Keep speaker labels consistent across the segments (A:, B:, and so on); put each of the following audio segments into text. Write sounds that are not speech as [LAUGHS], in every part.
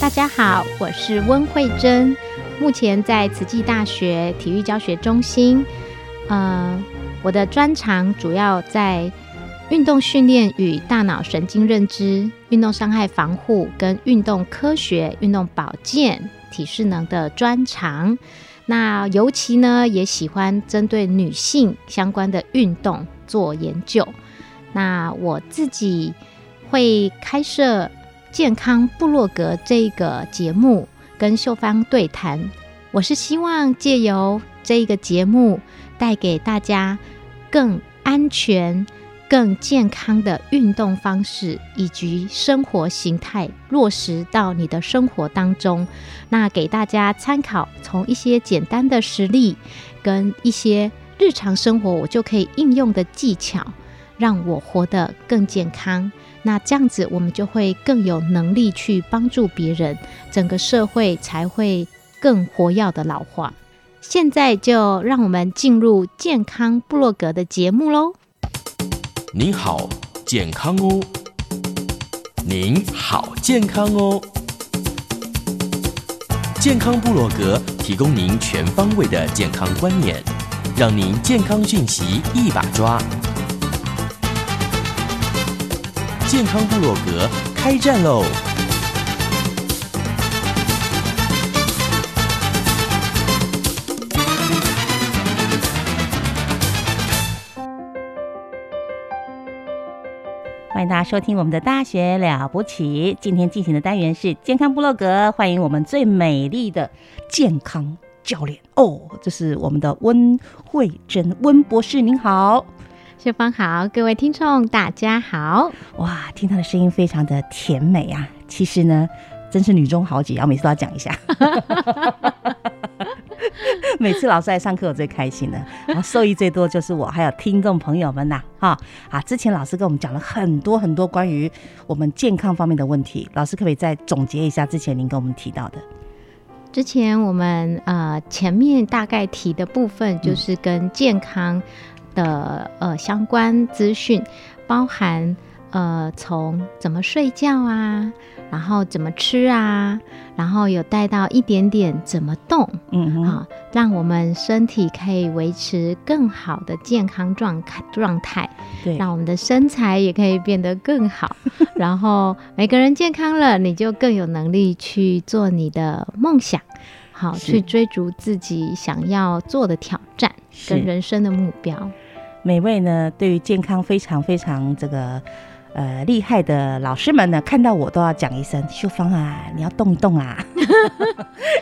A: 大家好，我是温慧珍，目前在慈济大学体育教学中心。呃，我的专长主要在运动训练与大脑神经认知、运动伤害防护、跟运动科学、运动保健、体适能的专长。那尤其呢，也喜欢针对女性相关的运动做研究。那我自己会开设健康部落格这个节目，跟秀芳对谈。我是希望借由这一个节目，带给大家更安全、更健康的运动方式以及生活形态，落实到你的生活当中。那给大家参考，从一些简单的实例跟一些日常生活我就可以应用的技巧，让我活得更健康。那这样子，我们就会更有能力去帮助别人，整个社会才会更活跃的老化。现在就让我们进入健康部落格的节目喽。
B: 您好，健康哦！您好，健康哦！健康部落格提供您全方位的健康观念，让您健康讯息一把抓。健康部落格开战喽！
C: 欢迎大家收听我们的《大学了不起》。今天进行的单元是健康部落格，欢迎我们最美丽的健康教练哦，这是我们的温慧珍温博士，您好。
A: 秀芳好，各位听众大家好。
C: 哇，听她的声音非常的甜美啊！其实呢，真是女中豪杰啊，我每次都要讲一下。 [LAUGHS] 每次老师来上课，我最开心了，然后受益最多就是我，还有听众朋友们呐、哈啊！之前老师跟我们讲了很多很多关于我们健康方面的问题，老师可不可以再总结一下之前您跟我们提到的？
A: 之前我们呃前面大概提的部分，就是跟健康的呃相关资讯，包含呃从怎么睡觉啊，然后怎么吃啊，然后有带到一点点怎么动，
C: 嗯
A: 啊、
C: 哼，
A: 让我们身体可以维持更好的健康状态状态，
C: 对，
A: 让我们的身材也可以变得更好。然后每个人健康了，你就更有能力去做你的梦想，好
C: 是
A: 去追逐自己想要做的挑战
C: 是
A: 跟人生的目标。
C: 每位呢，对于健康非常非常这个呃厉害的老师们呢，看到我都要讲一声秀芳啊，你要动一动啊， [LAUGHS]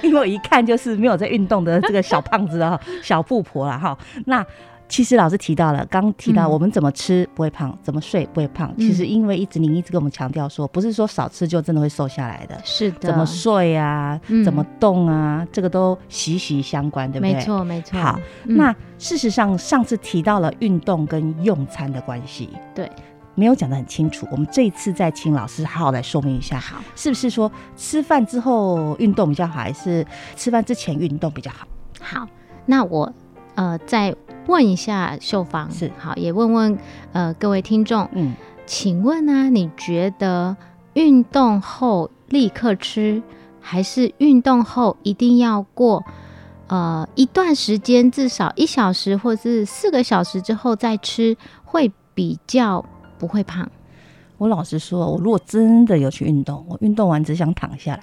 C: 因为我一看就是没有在运动的这个小胖子
A: [LAUGHS]
C: 啊，小富婆啦哈。那其实老师提到了，刚提到
A: 嗯
C: 我们怎么吃不会胖，怎么睡不会胖。其实因为一直您一直跟我们强调说，不是说少吃就真的会瘦下来的。
A: 是的，
C: 怎么睡啊，
A: 嗯
C: 怎么动啊，这个都息息相关，对不对？
A: 没错，没错。
C: 好，
A: 嗯
C: 那事实上，上次提到了运动跟用餐的关系，
A: 对，
C: 没有讲得很清楚。我们这一次再请老师好好来说明一下，
A: 好，
C: 是不是说吃饭之后运动比较好，还是吃饭之前运动比较好？
A: 好，那我呃再问一下秀芳，
C: 是
A: 好，也问问呃各位听众，
C: 嗯，
A: 请问呢、你觉得运动后立刻吃，还是运动后一定要过呃一段时间，至少一小时或是四个小时之后再吃，会比较不会胖？
C: 我老实说，我如果真的有去运动，我运动完只想躺下来，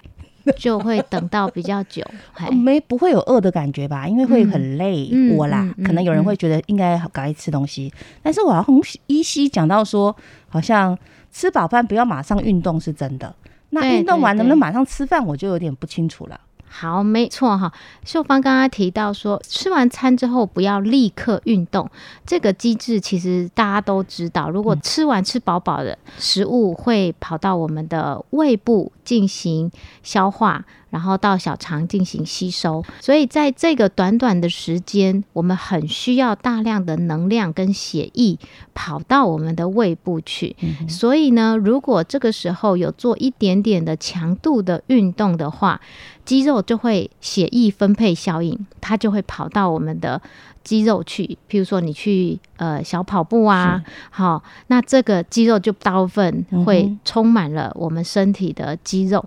A: 就会等到比较久。
C: [LAUGHS]
A: 嘿
C: 没不会有饿的感觉吧？因为会很累，
A: 哎嗯
C: 我啦
A: 嗯，嗯
C: 可能有人
A: 嗯
C: 会觉得应该赶快吃东西，但是我好像依稀讲到说，好像吃饱饭不要马上运动是真的。那
A: 对
C: 运动完
A: 对
C: 能不能
A: 对
C: 马上吃饭，我就有点不清楚了。
A: 好，没错哈。秀芳刚刚提到说，吃完餐之后不要立刻运动，这个机制其实大家都知道。如果吃完吃饱饱的食物会跑到我们的胃部进行消化，然后到小肠进行吸收，所以在这个短短的时间，我们很需要大量的能量跟血液跑到我们的胃部去。
C: 嗯
A: 所以呢，如果这个时候有做一点点的强度的运动的话，肌肉就会血液分配效应，它就会跑到我们的肌肉去。譬如说你去呃小跑步啊，好，那这个肌肉就大部分
C: 嗯
A: 会
C: 哼
A: 充满了我们身体的肌肉，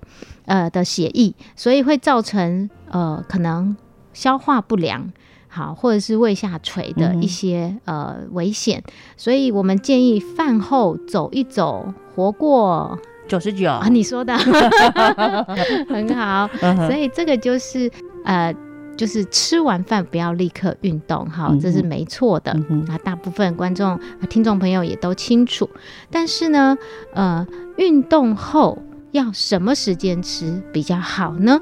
A: 呃的血液，所以会造成呃可能消化不良。好，或者是胃下垂的一些、呃危险，所以我们建议饭后走一走，活过
C: 九十九
A: 啊，你说的很好，
C: 嗯
A: 所以这个就是呃，就是吃完饭不要立刻运动，哈
C: 嗯，
A: 这是没错的。
C: 嗯哼
A: 啊，大部分观众、呃听众朋友也都清楚。但是呢，呃，运动后要什么时间吃比较好呢？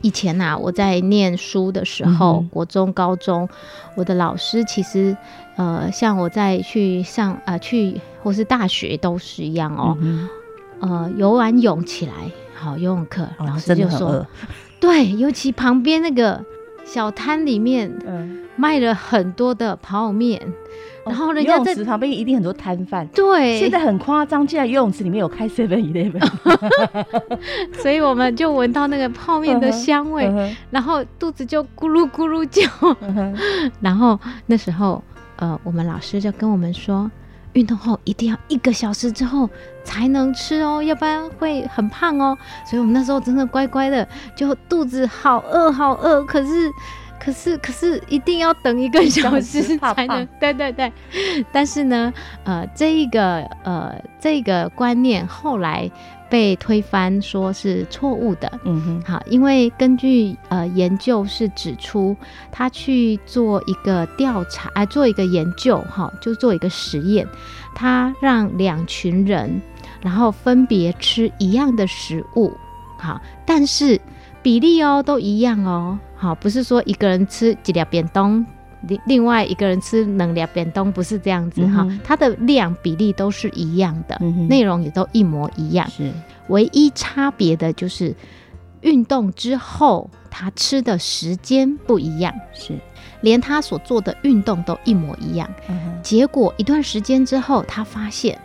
A: 以前呐、我在念书的时候，
C: 嗯哼
A: 国中、高中，我的老师其实，呃，像我在去上啊、呃、去或是大学都是一样哦，
C: 嗯
A: 呃，游完泳起来，好游泳课，
C: 哼，
A: 老
C: 哦
A: 师
C: 真的
A: 就
C: 很
A: 说，
C: 饿，
A: 对，尤其旁边那个小摊里面
C: 嗯，
A: 卖了很多的泡面，然后人家
C: 游泳
A: 在
C: 池旁边一定很多摊贩。哦现
A: 对
C: 在，很夸张，竟然游泳池里面有
A: [LAUGHS]
C: 开 Seven Eleven，
A: 所以我们就闻到那个泡面的
C: 嗯哼
A: 香味，然后肚子就咕噜咕噜叫。
C: 嗯哼
A: 然后那时候，呃，我们老师就跟我们说，运动后一定要一个小时之后才能吃哦，要不然会很胖哦。所以我们那时候真的乖乖的，就肚子好饿好饿，可是。可是，可是一定要等一个小
C: 小
A: 时
C: 时怕
A: 才能
C: 胖，
A: 对对对。但是呢，呃，这一个呃这个观念后来被推翻，说是错误的。
C: 嗯哼，
A: 好，因为根据呃研究是指出，他去做一个调查，啊、做一个研究，哈，就做一个实验，他让两群人，然后分别吃一样的食物，好，但是比例哦都一样哦，好，不是说一个人吃几粒便当。另另外一个人吃冷粒便当不是这样子哈
C: 嗯哼，
A: 它的量比例都是一样的，
C: 嗯哼
A: 内容也都一模一样。
C: 是
A: 唯一差别的就是运动之后他吃的时间不一样，
C: 是，
A: 连他所做的运动都一模一样。
C: 嗯哼
A: 结果一段时间之后，他发现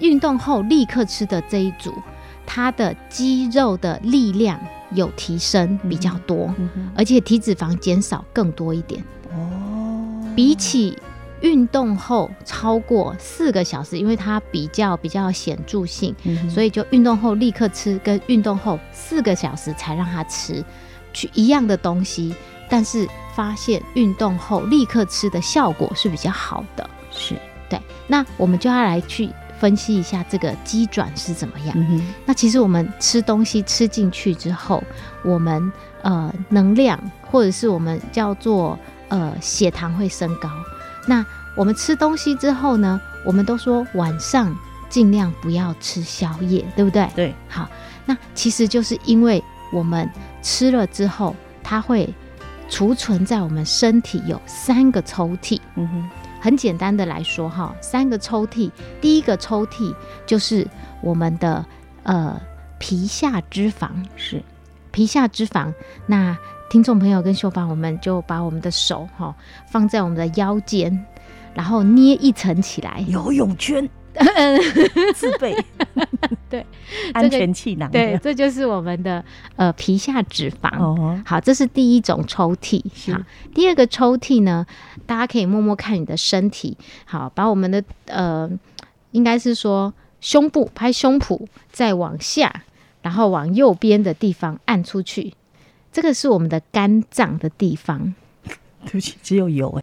A: 运动后立刻吃的这一组，他的肌肉的力量有提升比较多，
C: 嗯哼，
A: 而且体脂肪减少更多一点。
C: 哦，
A: 比起运动后超过四个小时，因为它比较比较显著性，所
C: 以
A: 以就运动后立刻吃，跟运动后四个小时才让他吃，去一样的东西，但是发现运动后立刻吃的效果是比较好的。
C: 是，
A: 对，那我们就要来去分析一下这个机转是怎么样。
C: 嗯哼，
A: 那其实我们吃东西吃进去之后，我们呃能量或者是我们叫做呃血糖会升高。那我们吃东西之后呢，我们都说晚上尽量不要吃宵夜，对不对？
C: 对，
A: 好，那其实就是因为我们吃了之后，它会储存在我们身体有三个抽屉。
C: 嗯哼，
A: 很简单的来说哈，三个抽屉，第一个抽屉就是我们的呃皮下脂肪，
C: 是，
A: 皮下脂肪。那听众朋友跟秀芳，我们就把我们的手哈、放在我们的腰间，然后捏一层起来，
C: 游泳
A: [LAUGHS]
C: 圈自备，
A: 对，
C: [LAUGHS] 安全气囊，
A: [LAUGHS] 对，，这就是我们的呃皮下脂肪。
C: 哦，
A: 好，这是第一种抽屉。
C: 是
A: 好，第二个抽屉呢，大家可以摸摸看你的身体，好，把我们的呃，应该是说胸部拍胸脯，再往下，然后往右边的地方按出去，这个是我们的肝脏的地方。
C: 对不起，只有油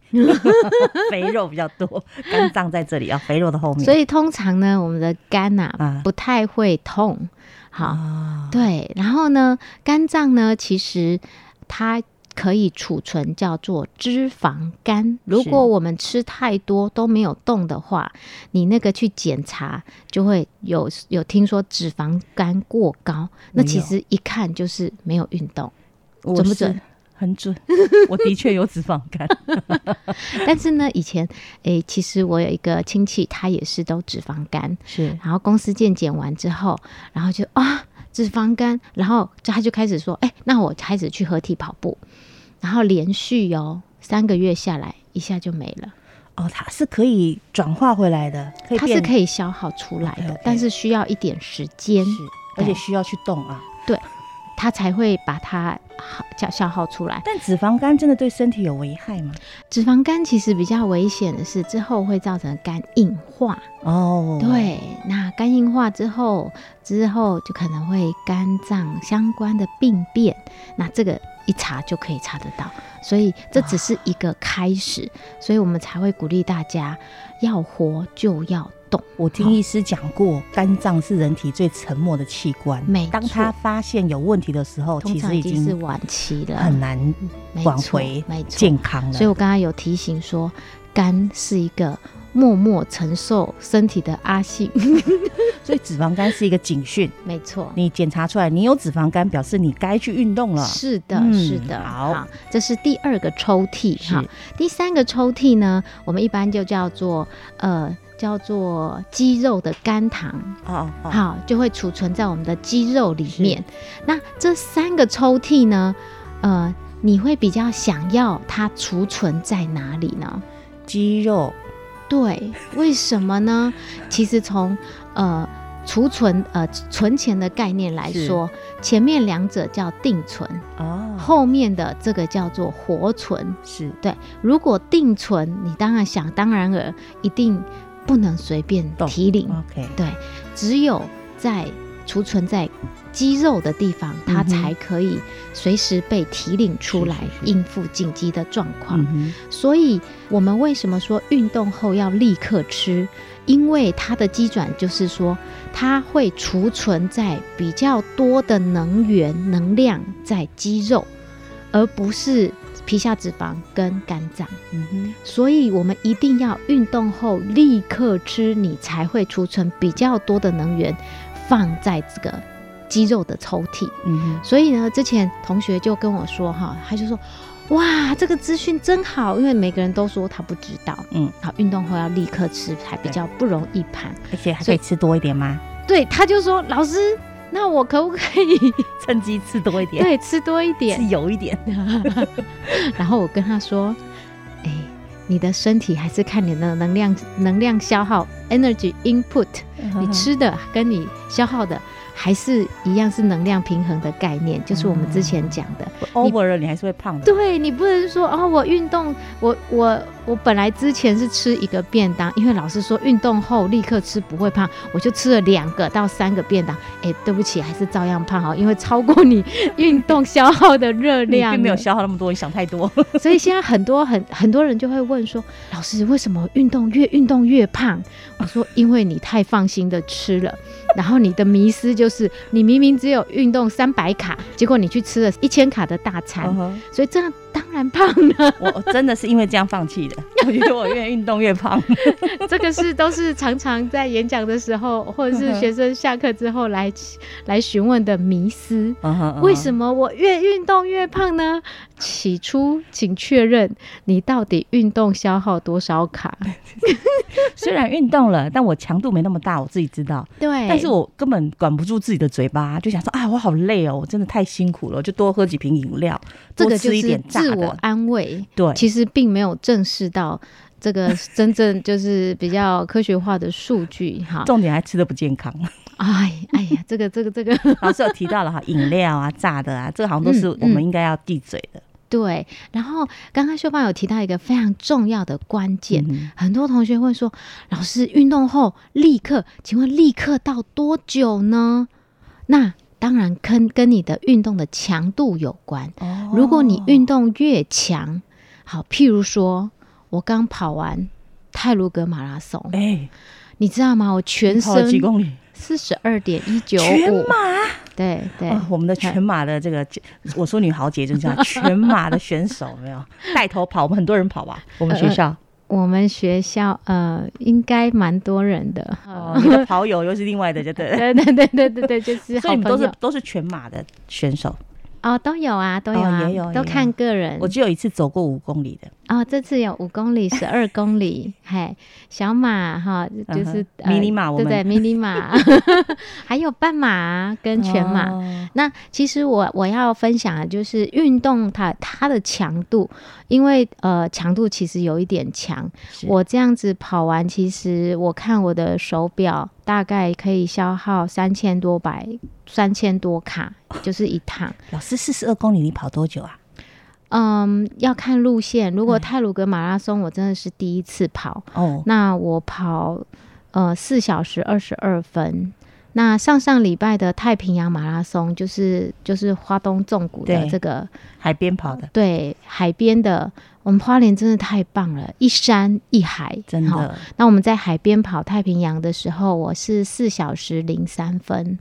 C: 哎、
A: [LAUGHS]
C: 肥肉比较多，肝脏在这里啊，肥肉的后面。
A: 所以通常呢，我们的肝呐、
C: 啊
A: 不太会痛，好，
C: 啊，
A: 对，然后呢，肝脏呢，其实它可以储存叫做脂肪肝。如
C: 是
A: 果我们吃太多都没有动的话，你那个去检查就会有有听说脂肪肝过高，那
C: 没
A: 其
C: 有
A: 实一看就是没有运
C: [LAUGHS]
A: 动。
C: 我
A: 准不
C: 是
A: 准？
C: 很
A: [LAUGHS]
C: 准，我的确有脂肪肝。
A: 但是呢，以前诶，其实我有一个亲戚，他也是都脂肪肝，
C: 是
A: 然后公司健检完之后，然后就啊脂肪肝，然后就他就开始说，哎、那我开始去合体跑步，然后连续哦三个月下来，一下就没了。
C: 哦，它是可以转化回来的，可以
A: 它
C: 变
A: 是可以消耗出来的
C: OK，OK
A: 但是需要一点时间，
C: 是，而且需要去动啊。
A: 它才会把它好消消耗出来。
C: 但脂肪肝真的对身体有危害吗？
A: 脂肪肝其实比较危险的是，之后会造成肝硬化。
C: 哦，，
A: 对，那肝硬化之后，之后就可能会肝脏相关的病变，那这个一查就可以查得到，所以这只是一个开始，
C: 哦
A: 所以我们才会鼓励大家要活就要动。
C: 我听医师讲过，肝脏是人体最沉默的器官。
A: 没
C: 当
A: 错
C: 他发现有问题的时候，
A: 通
C: 哦其
A: 常
C: 实
A: 已
C: 已
A: 经是
C: 经
A: 晚期了，
C: 很难
A: 没
C: 挽
A: 错
C: 回
A: 没错
C: 健。康了。
A: 所以我刚刚有提醒说，肝是一个默默承受身体的阿信， [LAUGHS]
C: 所以脂肪肝是一个警讯，
A: 没错。
C: 你检查出来你有脂肪肝，表示你该去运动了。
A: 是的，
C: 嗯
A: 是的，
C: 好
A: 这是第二个抽屉
C: 是
A: 哈。第三个抽屉呢，我们一般就叫做呃叫做肌肉的肝糖，
C: 哦哦哦，
A: 好，就会储存在我们的肌肉里面。那这三个抽屉呢，呃，你会比较想要它储存在哪里呢？
C: 肌肉
A: 对，为什么呢？其实从呃储存呃存钱的概念来
C: 是
A: 说，前面两者叫定存。
C: 哦，
A: 后面的这个叫做活存。
C: 是
A: 对，如果定存，你当然想当然尔，一定不能随便
C: 动
A: 提领，
C: OK，
A: 对，只有在储存在肌肉的地方，它
C: 嗯哼
A: 才可以随时被提领出来，
C: 是是是
A: 应付紧急的状况。
C: 嗯
A: 所以，我们为什么说运动后要立刻吃？因为它的机转就是说，它会储存在比较多的能源能量在肌肉，而不是皮下脂肪跟肝脏。
C: 哼，嗯哼，
A: 所以，我们一定要运动后立刻吃，你才会储存比较多的能源放在这个肌肉的抽屉。
C: 嗯哼，
A: 所以呢，之前同学就跟我说哈，他就说，哇，这个资讯真好，因为每个人都说他不知道，
C: 嗯，
A: 好，运动后要立刻吃，才比较不容易胖。
C: 而且还可
A: 所
C: 以
A: 以
C: 吃多一点吗？
A: 对，他就说老师，那我可不可以
C: 趁机吃多一点，
A: 对吃多一
C: 吃
A: 点？ [LAUGHS]
C: 油一点。
A: 然后我跟他说，哎、你的身体还是看你的能量能量消耗 （energy input），你
C: 嗯 [LAUGHS]
A: 吃的跟你消耗的还是一样是能量平衡的概念，就是我们之前讲的。
C: over 了，你还是会胖的。
A: 对你不能说哦，我运动，我我我本来之前是吃一个便当，因为老师说运动后立刻吃不会胖，我就吃了两个到三个便当。哎，对不起，还是照样胖哦，因为超过你运动消耗的热
C: [LAUGHS] 你
A: 量，
C: 并没有。消耗那么多，你想太多。
A: 所以现在很多很很多人就会问说，老师为什么运动越运动越胖？我说因为你太放心的吃了。然后你的迷思就是，你明明只有运动三百卡，结果你去吃了一千卡的大
C: [LAUGHS]
A: 餐，
C: 嗯哦
A: 所以这样当然胖了。
C: 我我真的是因为这样放弃 [LAUGHS] 的。我觉得我越运动越 [LAUGHS] 胖。
A: 这个是都是常常在演讲的时候，或者是学生下课之后来来询问的迷思。
C: 嗯
A: 为什
C: 么？
A: 么我越运动越胖呢？起初，请确认你到底运动消耗多少卡。
C: 虽然运动了，但我强度没那么大，我自己知道。
A: 对，
C: 但是我根本管不住自己的嘴巴，就想说啊，我好累哦，我真的太辛苦了，我就多喝几瓶饮料，
A: 这个
C: 多
A: 就
C: 吃一
A: 是
C: 点炸
A: 自我
C: 的。
A: 安慰，
C: 对，
A: 其实并没有正视到这个真正就是比较科学化的数据哈。
C: 重点还吃的不健康。 [LAUGHS]
A: 哎哎呀，这个这个这个。 [LAUGHS]
C: 老师有提到了哈，饮料啊、炸的啊，这个好像都是
A: 嗯
C: 我们应该要闭嘴的。
A: 对，然后刚刚秀芳有提到一个非常重要的关键，
C: 嗯
A: 很多同学会说，老师运动后立刻，请问立刻到多久呢？那当然跟跟你的运动的强度有关。
C: 哦
A: 如果你运动越强，好，譬如说我刚跑完泰鲁格马拉松，
C: 哎，
A: 你知道吗？我全
C: 跑了
A: 身
C: 几公里？
A: 四十二点一九
C: 全
A: 五，
C: 马
A: 对对，嗯
C: 啊！我们的全马的这个，我说女豪杰就是这
A: [LAUGHS]
C: 样，全马的选手有没有带头跑，我们很多人跑吧，我们学校
A: 我们学校呃应该蛮多人的，呃
C: 哦，你的跑友又是另外的，就对了。
A: [LAUGHS] 对对对对 [LAUGHS] 对对，就是
C: 所以
A: 好
C: 你们
A: 朋
C: 都是
A: 友
C: 都是全马的选手。
A: 哦，都有啊，都有啊，
C: 哦也有也
A: 都看
C: 有
A: 个人。
C: 我只有一次走过五公里的，
A: 哦，这次有五公
C: [LAUGHS]
A: 里、十二公里，嘿，小马哈，就
C: 嗯哼
A: 是、
C: 迷你马我
A: 对
C: 们
A: 对，迷你
C: [LAUGHS]
A: 马，还有半马跟全马。
C: 哦
A: 那其实我我要分享的就是运动它它的强度，因为呃强度其实有一点强。
C: 是
A: 我这样子跑完，其实我看我的手表大概可以消耗三千多百三千多卡，就是一趟。
C: 老师四十二公里，你跑多久啊？
A: 嗯，要看路线。如果
C: 对
A: 泰鲁格马拉松，我真的是第一次跑，
C: 哦，
A: 那我跑呃四小时二十二分。那上上礼拜的太平洋马拉松，就是就是花东纵谷的
C: 对
A: 这个
C: 海边跑的，
A: 对海边的，我们花莲真的太棒了，一山一海，
C: 真
A: 好。
C: 的
A: 那我们在海边跑太平洋的时候，我是四小时零三分，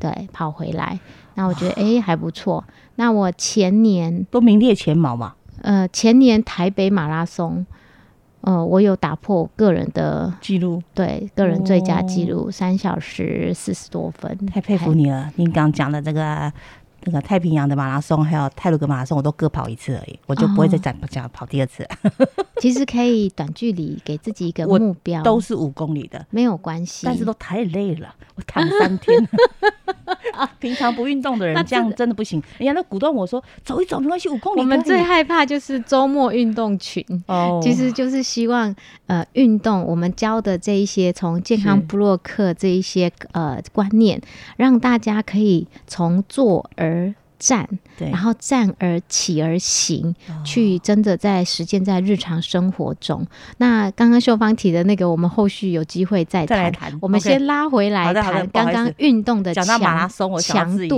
A: 对，跑回来。那我觉得诶还不错。那我前年
C: 都名列前茅嘛，
A: 呃前年台北马拉松，呃我有打破我个人的
C: 记录
A: 对个人最佳纪录三、小时四十多分，
C: 哦太佩
A: 哎
C: 服你了。你刚刚讲的这个那个太平洋的马拉松，还有泰鲁格马拉松，我都各跑一次而已，我就
A: 哦
C: 不会再再讲跑第二次，
A: 还。其实可以短距离给自己一个
C: 我
A: 目标，
C: 都是五公里的。
A: 没有关系。
C: 但是都太累了，我躺三
A: [LAUGHS]
C: 天啊平常不运动的
A: 那
C: 人这样真的不行。人家都鼓动我说走一走没关系，五公里
A: 我们
C: 可以
A: 最害怕就是周末运动群。
C: 哦，
A: 其实就是希望呃运动，我们教的这一些从健康
C: 是
A: 部落克这一些呃观念，让大家可以从坐而站，
C: 对哦
A: 然后站而起而行，去真的在实践在日常生活中。那刚刚秀芳提的那个，我们后续有机会再
C: 再来
A: 谈。
C: 谈，
A: 我们
C: OK
A: 先拉回来
C: 好的好的
A: 谈
C: 不好
A: 刚
C: 意思
A: 刚运动的
C: 讲到马拉
A: 强
C: 松，我想到自
A: 强
C: 己
A: 度。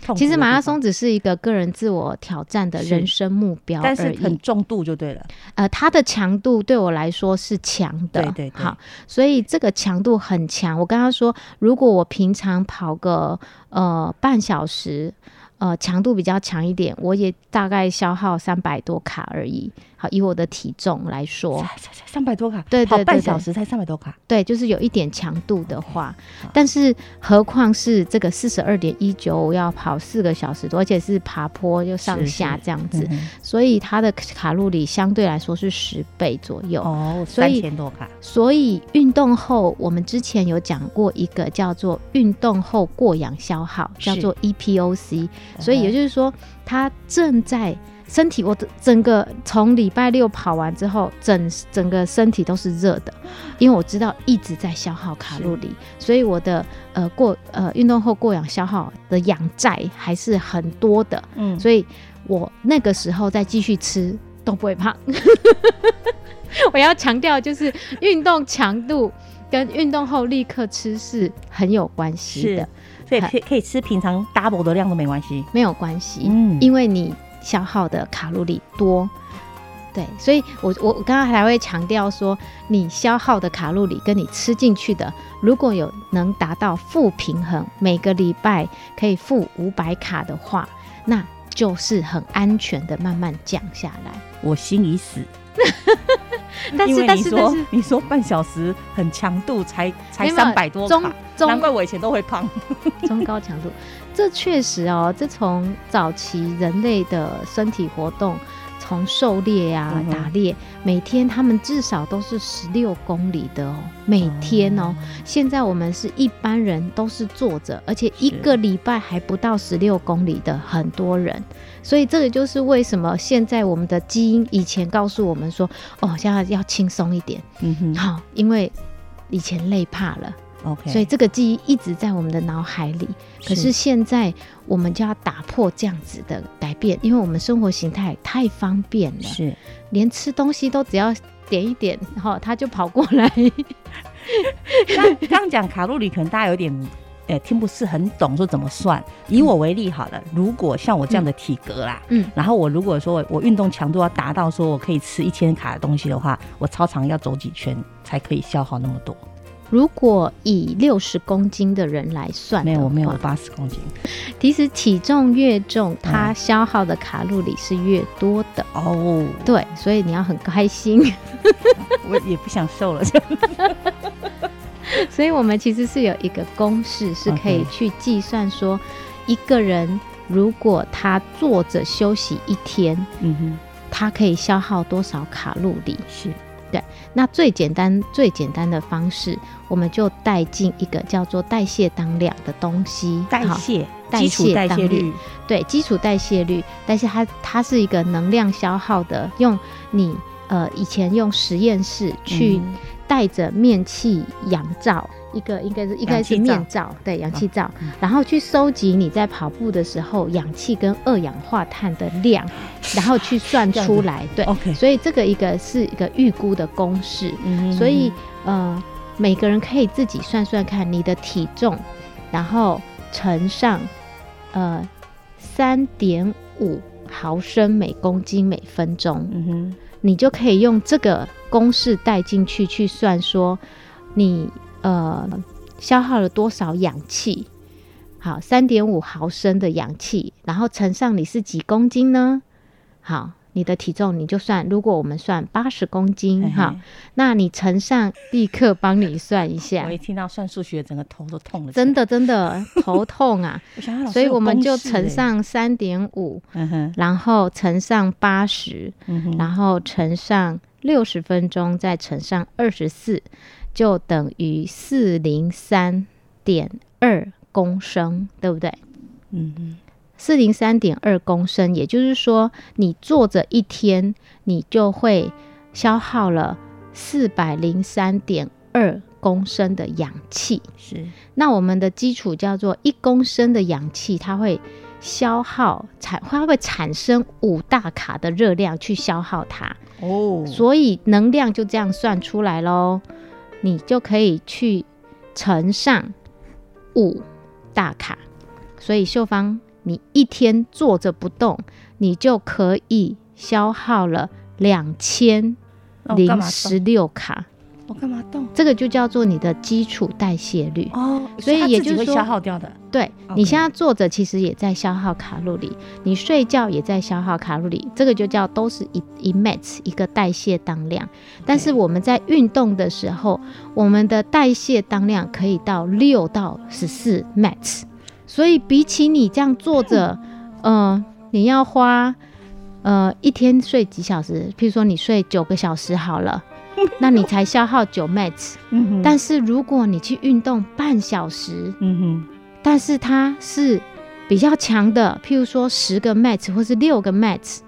C: 痛苦的
A: 其实马拉
C: 地方
A: 松只是一个个人自我挑战的
C: 是
A: 人生目标而
C: 但
A: 已，
C: 是很重度就对了，
A: 呃，它的强度对我来说是强的，
C: 对对对
A: 好，所以这个强度很强。我刚刚说，如果我平常跑个呃半小时，呃，强度比较强一点，我也大概消耗三百多卡而已。好，以我的体重来说，
C: 三百多卡，
A: 对对
C: 跑
A: 对
C: 半
A: 对
C: 小时才三百多卡，
A: 对，就是有一点强度的话，但是何况是这个四十二点一九，我要跑四个小时多，而且是爬坡又上
C: 是
A: 下
C: 是
A: 这样子，
C: 嗯哼
A: 所以它的卡路里相对来说是十倍左右。
C: 哦，
A: 所
C: 三
A: 以
C: 千多卡，
A: 所以运动后，我们之前有讲过一个叫做运动后过氧消耗，
C: 是
A: 叫做 E EPOC。所以也就是说，它正在身体，我的整个从礼拜六跑完之后，整整个身体都是热的，因为我知道一直在消耗卡路里，所以我的呃过呃运动后过氧消耗的氧债还是很多的，
C: 嗯，
A: 所以我那个时候再继续吃都不会胖。 [LAUGHS] 我要强调，就是运动强度跟运动后立刻吃是很有关系的
C: 是，，所以可以可以吃平常 double 的量都没关系，
A: 没有关系，
C: 嗯
A: 因为你消耗的卡路里多。对，所以我我我刚刚还会强调说，你消耗的卡路里跟你吃进去的，如果有能达到负平衡，每个礼拜可以负五百卡的话，那就是很安全的慢慢降下来。
C: 我心已死。
A: 但
C: 因
A: 是
C: 为
A: 但
C: 你
A: 是但
C: 说
A: 是，
C: 你说半小时很强度才才
A: 没有
C: 三百多
A: 中
C: 卡，难
A: 中
C: 怪我以前都会胖。
A: 中高强度，这确实哦，这从早期人类的身体活动，从狩猎呀、
C: 嗯哼
A: 打猎，每天他们至少都是十六公里的哦，每天哦。现在我们是一般人都是坐着，而且一个礼拜还不到十六公里的很多人，所以这个就是为什么现在我们的基因以前告诉我们说，哦，现在要轻松一点，
C: 嗯哼
A: 好、因为以前累怕了。
C: ，OK，
A: 所以这个记忆一直在我们的脑海里。可是
C: 是
A: 现在我们就要打破这样子的改变，因为我们生活形态太方便了，
C: 是
A: 连吃东西都只要点一点，然后他就跑过来。 [LAUGHS]
C: 刚刚讲卡路里，可能大家有点呃听不是很懂说怎么算。以我为例好了，如果像我这样的体格啦，
A: 嗯嗯
C: 然后我如果说我我运动强度要达到说我可以吃一千卡的东西的话，我操场要走几圈才可以消耗那么多？
A: 如果以六十公斤的人来算的
C: 没有，我没有啊
A: 话
C: 八十公斤
A: 其实体重越重，它消耗的卡路里是越多的。
C: 哦，
A: 对，所以你要很开心。
C: 我也不想瘦了。 [LAUGHS]
A: 所以我们其实是有一个公式，是可以
C: OK
A: 去计算说，一个人如果他坐着休息一天，
C: 嗯哼，
A: 他可以消耗多少卡路里。
C: 是
A: 那最简单、最简单的方式，我们就带进一个叫做代谢当量的东西。
C: 代
A: 好
C: 谢，
A: 代
C: 基础
A: 谢
C: 代
A: 当
C: 谢
A: 率
C: 率，
A: 对基础代谢率，但是它它是一个能量消耗的，用你呃以前用实验室去
C: 嗯
A: 戴着面气氧罩，一个应该是应该是
C: 氧气罩啊嗯
A: 面罩，对氧气罩，然后去收集你在跑步的时候氧气跟二氧化碳的量，然后去算
C: 这样子哦
A: 出来，对，
C: OK，
A: 所以这个一个是一个预估的公式，
C: 嗯
A: 所以呃，每个人可以自己算算看你的体重，然后乘上呃三点五毫升每公斤每分钟，
C: 嗯哼，
A: 你就可以用这个公式带进去去算说你呃消耗了多少氧气。好，三点五毫升的氧气，然后乘上你是几公斤呢？好，你的体重你就算，如果我们算八十公斤，
C: 嘿嘿
A: 哈，那你乘上，立刻帮你算一下
C: 我一。听到算数学，整个头都痛了。
A: 真，的真的头痛啊，
C: 我想啊 [LAUGHS] 老师
A: 所以
C: 有
A: 我们
C: 公
A: 就
C: 式
A: 乘
C: 欸，
A: 上三点五，
C: 嗯哼，
A: 然后乘上八十，
C: 嗯哼，
A: 然后乘上六十分钟，再乘上二十四，就等于四零三点二公升，对不对？
C: 嗯哼，
A: 四零三点二公升，也就是说，你坐着一天，你就会消耗了四百零三点二公升的氧气。
C: 是
A: 那我们的基础叫做一公升的氧气，它会消耗产，它会产生五大卡的热量去消耗它，
C: 哦，
A: 所以能量就这样算出来喽。你就可以去乘上五大卡，所以秀芳，你一天坐着不动，你就可以消耗了两千
C: 那我干
A: 零
C: 嘛
A: 十
C: 动？
A: 六卡，
C: 我干嘛动？
A: 这个就叫做你的基础代谢率。
C: 哦，
A: 所以
C: 它
A: 也
C: 自己
A: 就是
C: 会
A: 说
C: 消耗掉的。
A: 对
C: OK
A: 你现在坐着其实也在消耗卡路里，你睡觉也在消耗卡路里，这个就叫都是一一 max 一个代谢当量。但是我们在运动的时候，我们的代谢当量可以到六到十四 max，所以比起你这样坐着，呃，你要花呃一天睡几小时，譬如说你睡九个小时好了，那你才消耗九 max。
C: 嗯哼，
A: 但是如果你去运动半小时，
C: 嗯
A: 但是它是比较强的，譬如说十个 match 或是六个 match，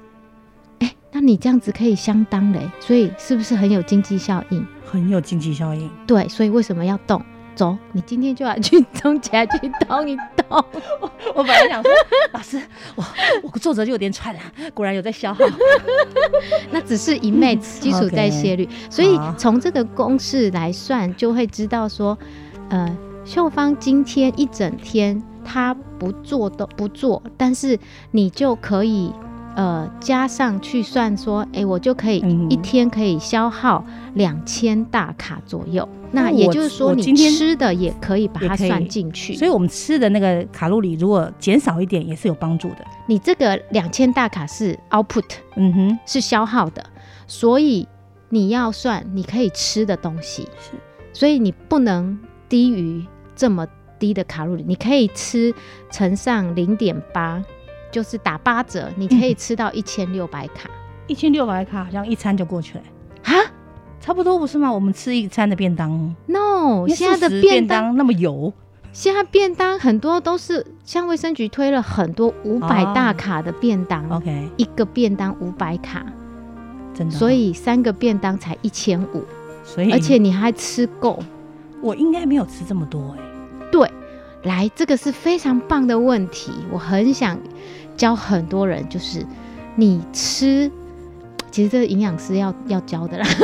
A: 哎、那你这样子可以相当嘞，所以是不是很有经济效应？
C: 哼，很有经济效应。 [LAUGHS]
A: 对，所以为什么要动？走，你今天就要去 [LAUGHS] 中起来去动一动。
C: 我本来想说，老师，我我坐着就有点喘了，果然有在消
A: [LAUGHS]
C: 耗。
A: 那只是一 m a 基础代谢率，所以
C: 嗯好
A: 从这个公式来算，就会知道说，呃，秀芳今天一整天她不做都不做，但是你就可以呃加上去算说，诶，我就可以
C: 嗯
A: 一天可以消耗两千大卡左右。
C: 那
A: 那
C: 我
A: 也就是说，
C: 我
A: 你
C: 今天
A: 吃的也可以把
C: 也
A: 它
C: 可以
A: 算进去，
C: 所以我们吃的那个卡路里如果减少一点，也是有帮助的。
A: 你这个两千大卡是 output。
C: 嗯哼，
A: 是消耗的，所以你要算你可以吃的东西，所以你不能低于这么低的卡路里，你可以吃乘上零点八，就是打八折，你可
C: 嗯
A: 以吃到一千六百卡
C: 一千六百卡好像一餐就过去了，
A: 啊
C: 差不多不是吗？我们吃一餐的便当，因
A: ？No，
C: 为
A: 哦现在
C: 素
A: 的
C: 食
A: 便
C: 便
A: 当，
C: 当那么油，
A: 现在便当很多都是像卫生局推了很多五百
C: 哦
A: 大卡的便当，
C: OK，
A: 一个便当五百卡，
C: 真的哦。嗯
A: 所以三个便当才一千五，
C: 所以，
A: 而且你还吃够。
C: 我应该没有吃这么多哎、
A: [LAUGHS] 对，来，这个是非常棒的问题，我很想教很多人，就是你吃其实这营养师要要教的啦。 [LAUGHS]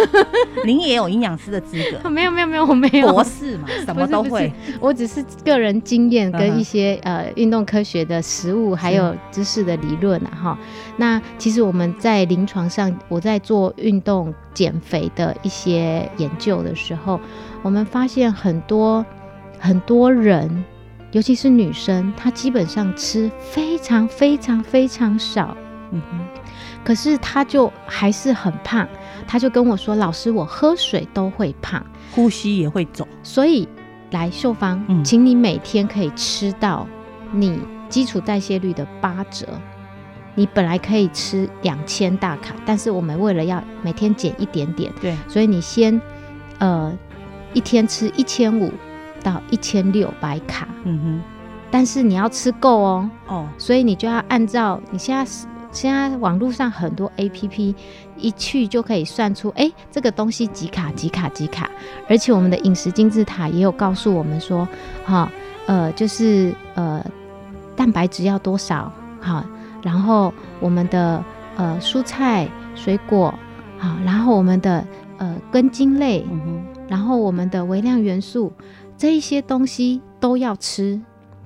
C: 您也有营养师的资格，
A: 没有没有没有，我没有 [LAUGHS]
C: 博士嘛，什么都会。
A: 我只是个人经验
C: 嗯
A: 跟
C: 哼
A: 一些、呃运动科学的实务还有知识的理论啊哈。那其实我们在临床上，我在做运动减肥的一些研究的时候，我们发现很多很多人，尤其是女生，她基本上吃非常非常非常少，
C: 嗯哼，
A: 可是她就还是很胖。她就跟我说：“老师，我喝水都会胖。”
C: 呼吸也会肿，
A: 所以，来秀芳，
C: 嗯
A: 请你每天可以吃到你基础代谢率的八折。你本来可以吃两千大卡，但是我们为了要每天减一点点，
C: 对，
A: 所以你先呃一天吃一千五到一千六百卡，
C: 嗯
A: 但是你要吃够哦。
C: 哼，哦，
A: 所以你就要按照你现在是现在网络上很多 A P P 一去就可以算出，哎、这个东西几卡几卡几卡，而且我们的饮食金字塔也有告诉我们说，哈、呃，就是呃，蛋白质要多少，哈、然后我们的呃蔬菜水果，好、然后我们的呃根茎类，
C: 嗯哼，
A: 然后我们的微量元素这一些东西都要吃，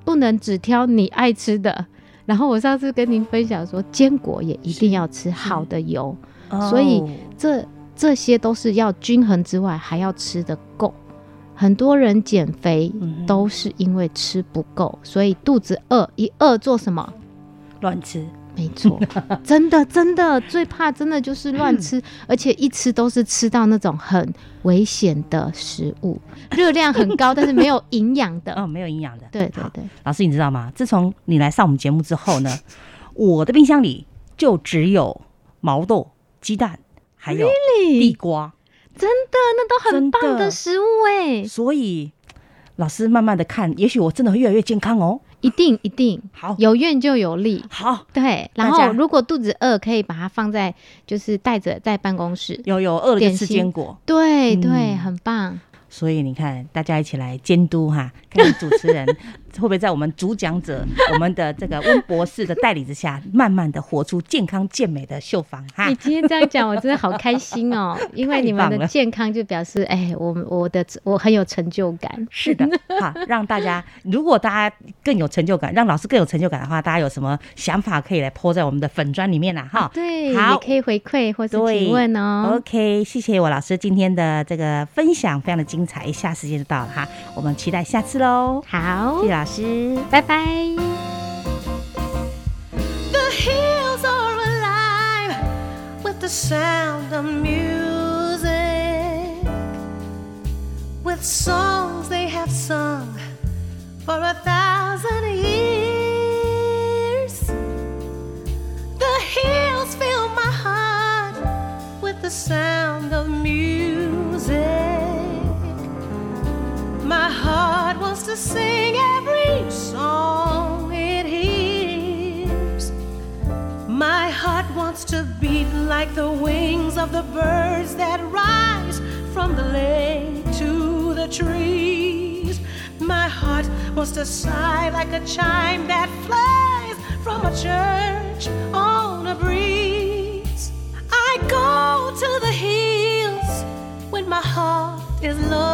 A: 不能只挑你爱吃的。然后我上次跟您分享说，坚果也一定要吃好的油，
C: 哦
A: 所以这这些都是要均衡之外，还要吃的够。很多人减肥
C: 嗯哼
A: 都是因为吃不够，所以肚子饿，一饿做什么？
C: 乱吃，
A: 没
C: [LAUGHS]
A: 错，真的真的最怕真的就是乱吃，
C: 嗯
A: 而且一吃都是吃到那种很危险的食
C: [LAUGHS]
A: 物，热量很高但是没有营养的。
C: 哦，没有营养的。
A: 对对
C: 好
A: 对，
C: 老师，你知道吗？自从你来上我们节目之后
A: [LAUGHS]
C: 呢，我的冰箱里就只有毛豆、鸡蛋，还有地瓜，
A: 真的那都很棒
C: 真的
A: 的食物哎、
C: 所以。老师慢慢的看，也许我真的会越来越健康哦。
A: 一定一定
C: 好，
A: 有愿就有力。
C: 好，
A: 对，然
C: 大家
A: 后如果肚子饿，可以把它放在就是带着在办公室。
C: 有有饿了就
A: 点
C: 吃
A: 心
C: 坚果，
A: 对对，
C: 嗯
A: 很棒。
C: 所以你看，大家一起来监督哈， [LAUGHS] 看主持人会不会在我们主讲者、 [LAUGHS] 我们的这个温博士的带领之下，慢慢的活出健康健美的秀芳哈
A: 你。今天这样讲，我真的好开心
C: [LAUGHS]
A: 哦，因为你们
C: 啊太棒
A: 的
C: 了
A: 健康就表示，哎，我我的我很有成就感。
C: 是的，哈，让大家如果大家更有成就感，让老师更有成就感的话，大家有什么想法可以来泼在我们的粉砖里面啦、哈。
A: 啊对，
C: 好
A: 也可以回馈或是
C: 对
A: 提问哦。
C: OK，谢谢我老师今天的这个分享，非常的精彩。一下时间就到了哈，我们期待下次喽。
A: 好
C: 谢，谢老师。
A: 拜拜。
D: The hills are alive with the sound of music, with songs they have sung for a thousand years. The hills fill my heart with the sound of music. My heart wants to sing every song it hears. My heart wants to beat like the wings of the birds that rise from the lake to the trees. My heart wants to sigh like a chime that flies from a church on a breeze. I go to the hills when my heart is low.